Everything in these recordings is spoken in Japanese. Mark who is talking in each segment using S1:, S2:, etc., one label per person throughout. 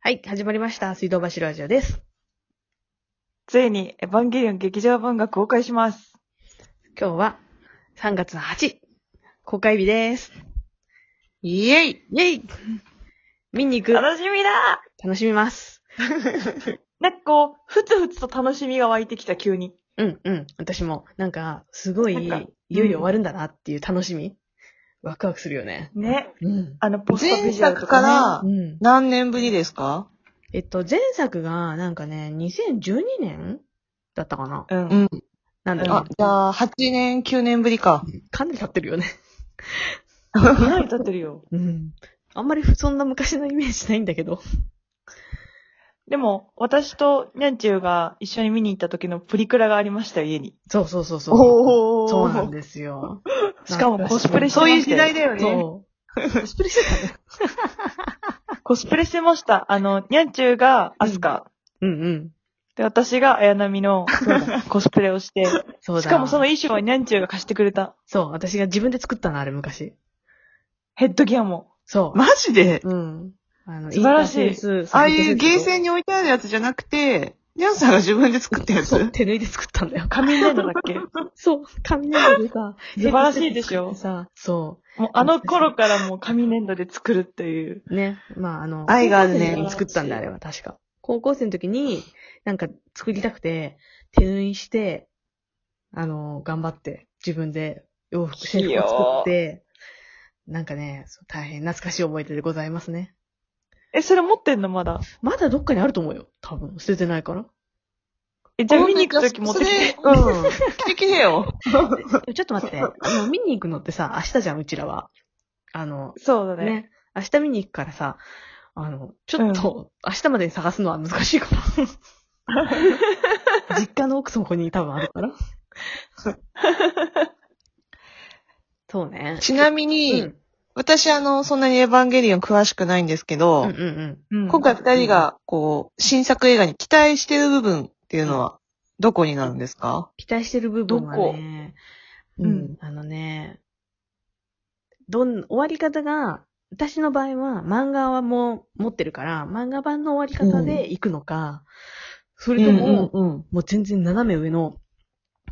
S1: はい、始まりました。水道橋ラジオです。
S2: ついに、エヴァンゲリオン劇場版が公開します。
S1: 今日は3月の8、公開日です。
S2: イエイ
S1: イェイ見に行く。
S2: 楽しみだ
S1: 楽しみます。
S2: なんかこう、ふつふつと楽しみが湧いてきた、急に。
S1: うん、うん。私も、なんか、すごい、い
S2: なんか
S1: よいよ終わるんだなっていう楽しみ。ワクワクするよね。
S2: ね。
S1: うん。
S2: あの、ポスタービ
S3: 前
S2: ジュアル
S3: 作
S2: と
S3: か
S2: か、ね。
S3: ら
S1: うん。
S3: 何年ぶりですか
S1: えっと、前作が、なんかね、2012年だったかな。
S2: うん。
S3: ん。
S1: なんだろう
S3: あ、じゃあ、8年、9年ぶりか。
S1: かなり経ってるよね。
S2: かなり経ってるよ。
S1: うん。あんまりそんな昔のイメージないんだけど。
S2: でも、私とニャンチューが一緒に見に行った時のプリクラがありましたよ、家に。
S1: そうそうそうそう。
S3: お
S1: そうなんですよ。
S2: しかもコスプレしてましたよ。
S3: そういう時代だよね。
S1: そう。コスプレしてたね。
S2: コスプレしてました。あの、ニャンチューがアスカ。
S1: うんうん。
S2: で、私が綾波のコスプレをして、
S1: そうだ。
S2: しかもその、衣装はニャンチューが貸してくれた。
S1: そう、私が自分で作ったの、あれ昔。
S2: ヘッドギアも。
S1: そう。
S3: マジで
S1: うん。あの、
S2: 素晴らしい
S1: インターフェース
S3: ああいうゲーセ
S1: ン
S3: ンに置いてあるやつじゃなくて、ニャンさんが自分で作ったやつ
S1: 手縫いで作ったんだよ。
S2: 髪ネードだっけ
S1: そう、紙粘土でさ、
S2: 素晴らしいでし
S1: ヘッドセット作っ
S2: ょ
S1: て。さ、そ
S2: もうあの頃からもう紙粘土で作るっていう。
S1: う。ね。まあ、あの、
S3: 愛があるね
S1: 高校生の時に作ったんだ、あれは、確か。高校生の時に、なんか作りたくて、手縫いして、あの、頑張って、自分で洋服、制服を作って、なんかね、そう大変懐かしい思い出でございますね。
S2: え、それ持ってんのまだ。
S1: まだどっかにあると思うよ。多分、捨ててないから。
S2: え、じゃあ見に行くとき持ってきて。
S3: それうん。着てきてよ。
S1: ちょっと 待って。今見に行くのってさ、明日じゃん、うちらは。あの、
S2: そうだね。
S1: ね。明日見に行くからさ、あの、ちょっと、明日までに探すのは難しい から。実家の奥底に多分あるから。そうね。
S3: ちなみ
S1: うん、
S3: に、
S1: うん
S3: 私あの、そんなにエヴァンゲリオン詳しくないんですけ
S1: う
S3: ど、
S1: んうん。
S2: うん
S3: 今回二人が、こう、新作映画に期待してる部分っていうのは、どこになるんですか
S1: 期待してる部分はね、
S3: ど
S1: う
S3: こ
S1: ん、あのね、どん、終わり方が、私の場合は漫画はもう持ってるから、漫画版の終わり方で行くのか、それとも、
S3: うんうん。
S1: もう全然斜め上の、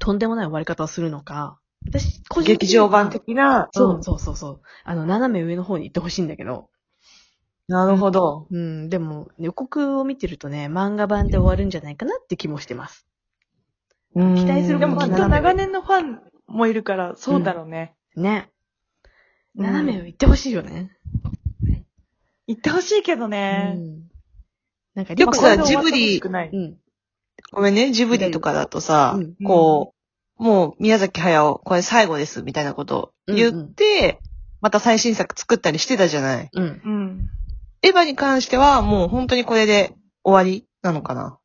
S1: とんでもない終わり方をするのか、私、個人
S3: 劇
S1: 的には
S3: 場版的な。
S1: そううんそうそうそう。あの、斜め上の方に行ってほしいんだけど。
S3: なるほど。
S1: うん、でも、予告を見てるとね、漫画版で終わるんじゃないかなって気もしてます。期
S3: 期
S1: 待する
S2: で
S1: 部
S2: も
S1: 分
S2: き
S1: は
S2: っと長年のファンもいるから、そうだろうね。
S1: ね。
S2: うん
S1: 斜め上行ってほしいよね。
S2: 行ってほしいけど
S1: う
S2: ね。
S1: ん。なんか、
S3: よく
S2: まあ
S3: さ
S2: これで終わってほしくない
S1: うん。
S3: ごめんね、ジブリとかだとさ、
S1: うん
S3: こう、もう宮崎駿、これ最後です、みたいなこと言って、また最新作作ったりしてたじゃない。
S1: うん。
S2: うん。
S3: エヴァに関してはもう本当にこれで終わりなのかな。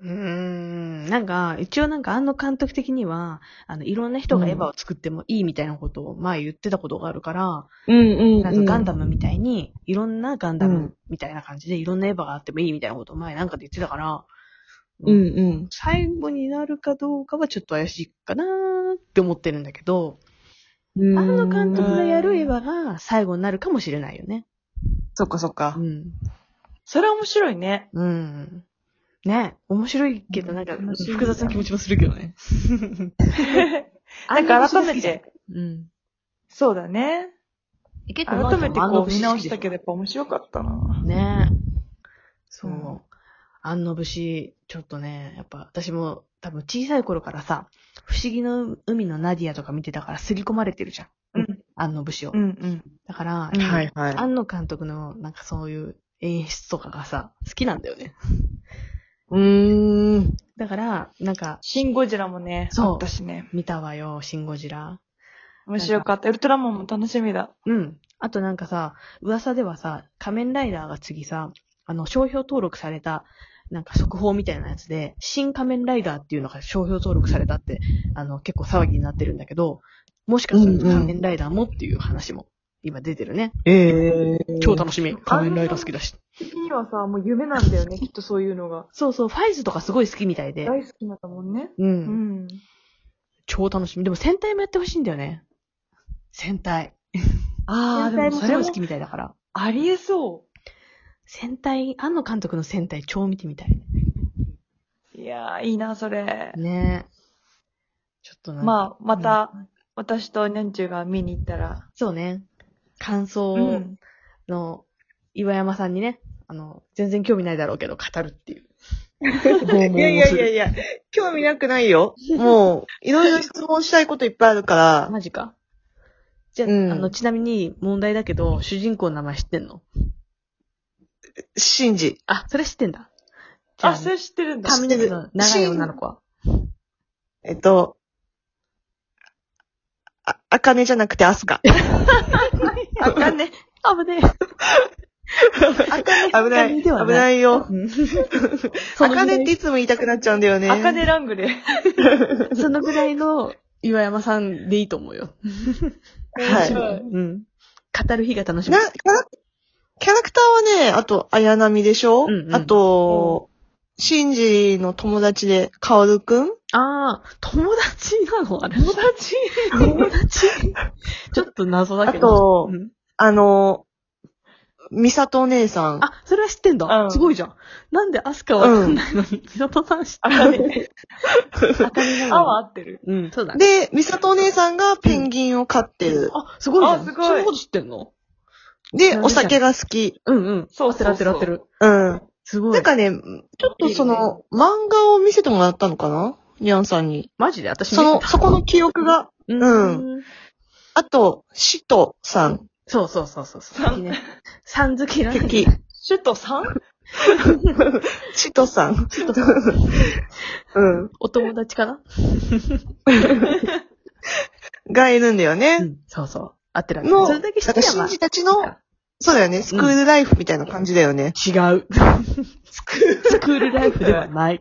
S1: うーん。なんか、一応なんか、あの監督的には、あの、いろんな人がエヴァを作ってもいいみたいなことを前言ってたことがあるから、
S3: うんう
S1: なんかガンダムみたいに、いろんなガンダ
S3: う
S1: ム
S3: ん
S1: みたいな感じで、いろんなエヴァがあってもいいみたいなことを前なんかで言ってたから、
S3: うんうん。
S1: 最後になるかどうかはちょっと怪しいかなーって思ってるんだけど、
S3: う
S1: あ
S3: ん
S1: の監督がやるエヴァが最後になるかもしれないよね。
S3: そっかそっか
S1: う。ん。
S2: それは面白 いね。
S1: うん。ね面白いけど、なんか
S2: 楽しみだ
S1: 複雑な気持ちもするけどね。
S2: なんか改めて。
S1: うん。
S2: そうだね。
S1: 結構
S2: 改めてこう見直
S1: し
S2: したけど、やっぱ面白かったな。
S1: ねそう
S2: うん。
S1: 安の節、ちょっとね、やっぱ私も多分小さい頃からさ、不思議の海のナディアとか見てたから刷り込まれてるじゃん。
S2: うん。
S1: 安の節を
S2: う。ん
S1: だから、
S2: うん
S3: はいはい。
S1: 庵野監督のなんかそういう演出とかがさ、好きなんだよね。
S3: うーん。
S1: だから、なんか、
S2: シン・ゴジラもね、
S1: そう
S2: あったしね。
S1: 見たわよ、シンゴジラ。
S2: 面白かった。ウルトラマンも楽しみだ。
S1: うん。あとなんかさ、噂ではさ、仮面ライダーが次さ、あの、商標登録された、なんか速報みたいなやつで、新仮面ライダーっていうのが商標登録されたって、あの、結構騒ぎになってるんだけど、もしかしたら
S3: うんうん
S1: 仮面ライダーもっていう話も今出てるね。
S3: ええ
S1: 超楽しみ。仮面ライダー好きだし。
S2: 的にはさ、もう夢なんだよ ね。きっとそういうのが。
S1: そうそう、ファイズとかすごい好きみたいで。
S2: 好きなんだもんね。
S1: う。
S2: うんん。
S1: 超楽しみ。でも戦隊もやってほしいんだよね。戦隊。
S2: あ
S1: 戦
S2: あ、で
S1: 隊
S2: も
S1: も
S2: そ
S1: す
S2: れ
S1: ごい
S2: も
S1: 好きみたいだから。
S2: ありえそう。
S1: 戦隊、庵野監督の戦隊超見てみたい。
S2: いやー、いいな、それ。
S1: ねちょっとなんか
S2: まあ、また、私とにゃんちゅうが見に行ったら、
S1: そうね。感想
S2: う
S1: を
S2: ん。
S1: の、岩山さんにね、あの、全然興味ないだろうけど、語るっていう。拷問をする
S3: いやいやいやいや、興味なくないよ。もう、いろいろ質問したいこといっぱいあるから、
S1: マジか。じゃあ、
S3: うん
S1: あの、ちなみに問題だけど、主人公の名前知ってんの
S3: シンジ。
S1: あ、それ知ってんだ。じゃ
S2: あ、それ知ってるんだ。
S1: 髪の毛の長い女の子は。
S3: えっと、あ、あかねじゃなくてアスカ。
S2: あかんね。
S1: 危ねえ。
S3: あか
S1: 危
S3: 危
S1: な
S3: ない
S1: 危
S3: い。危
S1: な
S3: ないよ。
S1: そ
S3: あ
S1: の
S3: か
S1: ぐら
S3: ねって
S1: い、
S3: いつも言いたくなっちゃうんだよね。
S2: あかねラングで。
S1: そのぐらいの岩山さんでいいと思うよ。
S3: はい。な、
S2: うん
S1: うん。語る日が楽し
S3: キ
S1: み
S3: ャ。ラキャラクターはね、あと、綾波でしょ、
S1: うんうん
S3: あと、シンジの友達で、カオルくん
S1: あー、友達なのあれ。
S2: 友達
S1: 友達 ちょっと謎だけど。
S3: あと
S1: うん
S3: あの、ミサトお姉さん。
S1: あ、それは知ってんだ。
S2: うん
S1: すごいじゃん。なんでアスカわかんないのに、ミサトさん知って
S2: あ
S1: る
S2: かね。あは合ってる。
S1: うん、そうだね。
S3: で、ミサトお姉さんがペンギンを飼ってる。
S1: あ、すごいじゃん。
S2: あすごい
S1: そんなこと知ってんの
S3: で、お酒が好き。
S1: うんうん。
S2: そう
S1: 合って
S2: そう
S1: る
S2: そ
S1: 合
S2: う
S1: ってる合ってる。
S3: うん。
S1: すごい。
S3: なんかね、ちょっとその、漫画を見せてもらったのかなニャンさんに。
S1: マジで私
S3: その、そこの記憶が。。
S1: うん
S3: あと、シトさん。
S1: そうそうそうそう。さんね。さん付けられ
S3: 敵。
S2: 首都さん
S3: シトさん。 うん。
S1: お友達かな
S3: がいるんだよね。
S1: ん。そうそう。合ってる合ってる。
S3: の、
S1: そ
S3: な
S1: れ
S3: ん
S1: だけ知って
S3: か、
S1: れ
S3: シン
S1: ば
S3: ジたちの、そうだよね、スクールライフみたいな感じだよね。
S1: 違う。 スクールライフではない。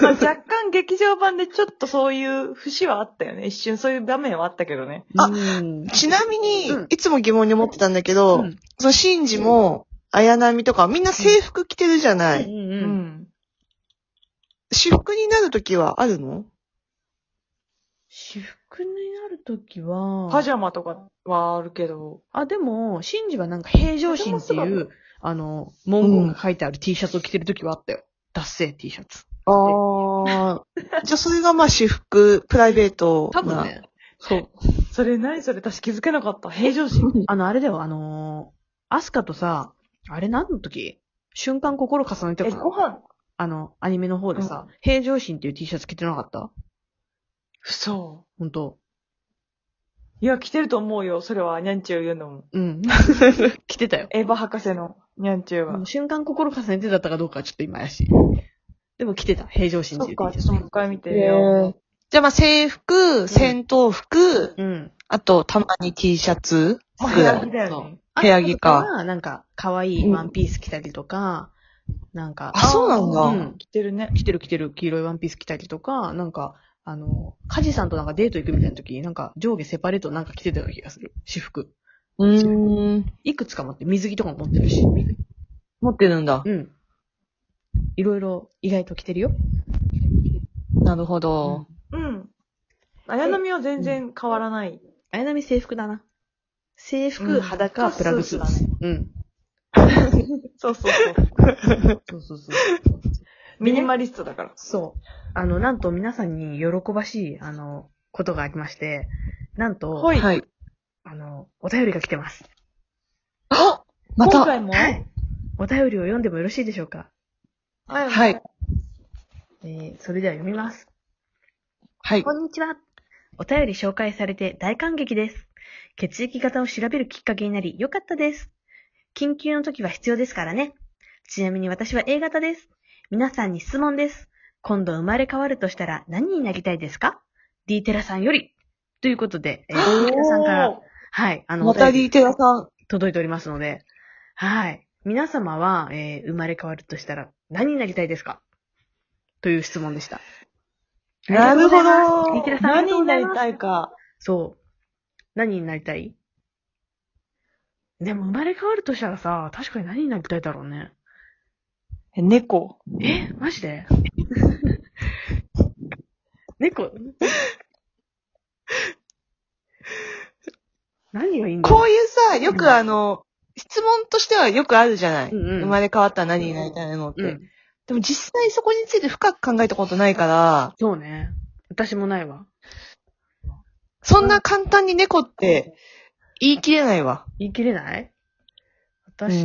S2: まあ若干劇場版でちょっとそういう節はあったよね。一瞬そういう場面はあったけどね。
S3: あ
S1: うん
S3: ちなみに
S1: うん、
S3: いつも疑問に思ってたんだけど、
S1: うん
S3: そのシンジも、綾波とか、みんな制服着てるじゃない。
S1: うん
S2: う
S1: うん。
S2: ん。
S3: 私服になるときはあるの
S1: 私服になるときは、
S2: パジャマとかはあるけど。
S1: あ、でも、シンジはなんか平常心って
S2: それも
S1: い、
S2: そう
S1: あの、文言が書いてある T シャツを着てるときはあったよ。ダッセー T シャツ。
S3: ああ。じゃあそれがまあ私服、プライベートな。
S1: 多分ね。そう。
S2: それ何それ私気づけなかった。平常心。
S1: あの、あれだよ、あのーアスカとさ、あれ何の時瞬間心重ねて
S2: え、
S1: るかな
S2: ご飯
S1: あの、アニメの方でさ、平常心っていう T シャツ着てなかった
S2: 嘘。
S1: 本当
S2: いや、来てると思うよ。それは、にゃんちゅう言うのも。
S1: うん。 着てたよ。
S2: エヴァ博士のにゃんちゅう が
S1: うん。瞬間心重ねてだったかどうかはちょっと今やしい。でも着てた、平常心っていう T シャツ。
S2: もう一回見て
S3: へ
S2: みよう。
S3: ーじゃあまあ制服、戦闘服、
S1: うん。
S3: あとたまに T シャツ
S2: まあ
S3: 服
S2: 部
S3: だ
S2: 屋
S3: よ
S2: 着
S3: ね。
S2: だよ
S1: そう
S2: ね。
S3: 部屋着か
S1: あとはなんか、可愛いワンピース着たりとか、なんか、
S3: あ、そうなんだ。
S1: う
S2: うんん。着てるね。
S1: 着てる着てる黄色いワンピース着たりとか、なんか、あの、カジさんとなんかデート行くみたいな時、なんか上下セパレートなんか着てたような気がする。私服。
S3: うーん。
S1: いくつか持って、水着とかも持ってるし。
S3: 持ってるんだ。
S1: うん。いろいろ意外と着てるよ。
S3: なるほど。
S2: うん。綾波は全然変わらない。
S1: あやなみ制服だな。制
S3: う
S1: 服、
S3: ん
S1: 裸、プラグスーツ。うん。
S2: そうそうそう。
S1: そうそうそう。
S2: ミニマリストだから。
S1: そう。あの、なんと皆さんに喜ばしい、あの、ことがありまして、なんと、
S2: はい。
S3: はい。
S1: あの、お便りが来てます。
S3: あま
S2: 今
S3: た、
S2: 回も
S1: はい。お便りを読んでもよろしいでしょうか
S2: はい
S3: はい。
S1: えーそれでは読みます。
S3: はい。
S1: こんにちは。お便り紹介されて大感激です。血液型を調べるきっかけになり良かったです。緊急の時は必要ですからね。ちなみに私は A 型です。皆さんに質問です。今度生まれ変わるとしたら何になりたいですか ?D テラさんより。ということで、えー、D テラさんから、はい、あの、
S3: またリーテラさん。
S1: 届いておりますので、はい。皆様は、えー生まれ変わるとしたら何になりたいですかという質問でした。
S3: なるほど
S1: リテラさんありがとうご
S2: 何に
S1: ざ
S2: ないり
S1: ます
S2: た。いか。
S1: そう。何になりたいでも生まれ変わるとしたらさ、確かに何になりたいだろうね。
S2: え猫。
S1: えマジで 猫何がいいんだろ
S3: こういうさ、よくあの、質問としてはよくあるじゃない。
S1: うんうん
S3: 生まれ変わったら何になりたいのって。
S1: うん。
S3: でも実際そこについて深く考えたことないから、
S1: そうね。私もないわ。
S3: そんな簡単に猫って言い切れないわ。
S1: 言い切れない私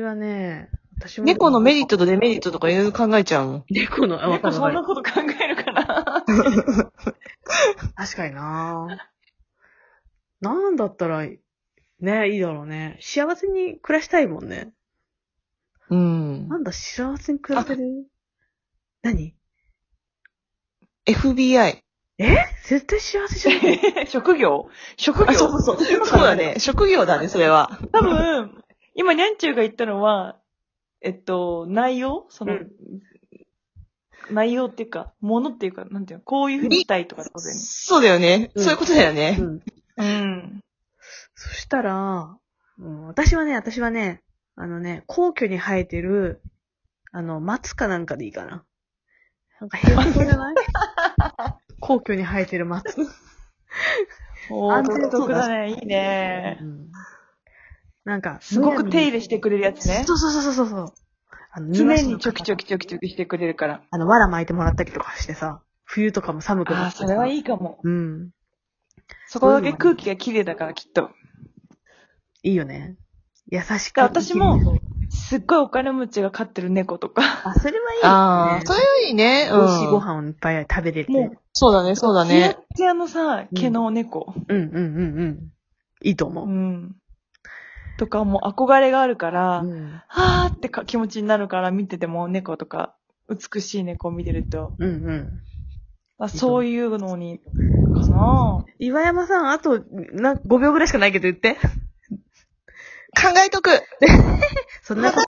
S1: はね、私も。
S3: 猫のメリットとデメリットとかいろいろ考えちゃうもん。
S1: 猫の、あ、わか
S2: 猫
S1: る
S2: そ
S1: わ
S2: ん
S1: か
S2: な
S1: る。
S2: こと考えるかな
S1: 確かにななんだったら、ね、いいだろうね。幸せに暮らしたいもんね。
S3: うん。
S1: なんだ、幸せに暮らせる何
S3: FBI。
S1: 絶対幸せじゃ ない。
S2: 職業職業
S3: あ、そうそうそう。そうだね。職業だね、それは。
S2: 多分、今、にゃんちゅうが言ったのは、えっと、内容その、
S1: うん
S2: 内容っていうか、ものっていうか、なんていうの、こういうふうにしたいとかってことだよね。
S3: そうだよね。
S1: うん
S3: そういうことだよね。
S1: うん。
S2: うん。
S1: そしたら、うん私はね、私はね、あのね、皇居に生えてる、あの、松かなんかでいいかな。なんか平気そうじゃない皇居に生えてる松。
S2: お
S1: 安
S2: ー、
S1: 定
S2: 独
S1: そう
S2: 特
S1: だ
S2: だね。いいね
S1: う。んなんか、
S2: すごく手入
S1: れ
S2: れしてくれるやつね。
S1: そうそうそうそうそう。あの
S2: 常にちょきちょ
S1: き。
S2: きちょきちょきしてくれるから。
S1: あの、藁巻いてもらったりとかしてさ、冬とかも寒く
S2: あ
S1: な
S2: あ、
S1: ってさ
S2: それはいいかも。
S1: うん。
S2: そこだけ空気が綺麗だから、きっと。
S1: いいよね。優しく。
S2: だから私も。すっごいお金持ちが飼ってる猫とか。
S1: あ、それはいい、ね。
S3: ああ、それよりね、
S1: 美
S3: うん。
S1: 味しいご飯をいっぱい食べれて。
S2: もう
S3: そうだね、そうだ
S2: ツヤ
S3: ね。
S2: ツヤのさ、毛の猫。
S1: うんうんうんうん。いいと思
S2: う
S1: う。
S2: ん。とか、もう憧れがあるから、
S1: うん
S2: はーってか気持ちになるから見てても猫とか、美しい猫を見てると、
S1: うんうん。
S2: あそういうのに、かな
S1: 岩山さん、あと、な、5秒ぐらいしかないけど言って。
S3: 考えとく
S1: そんなこと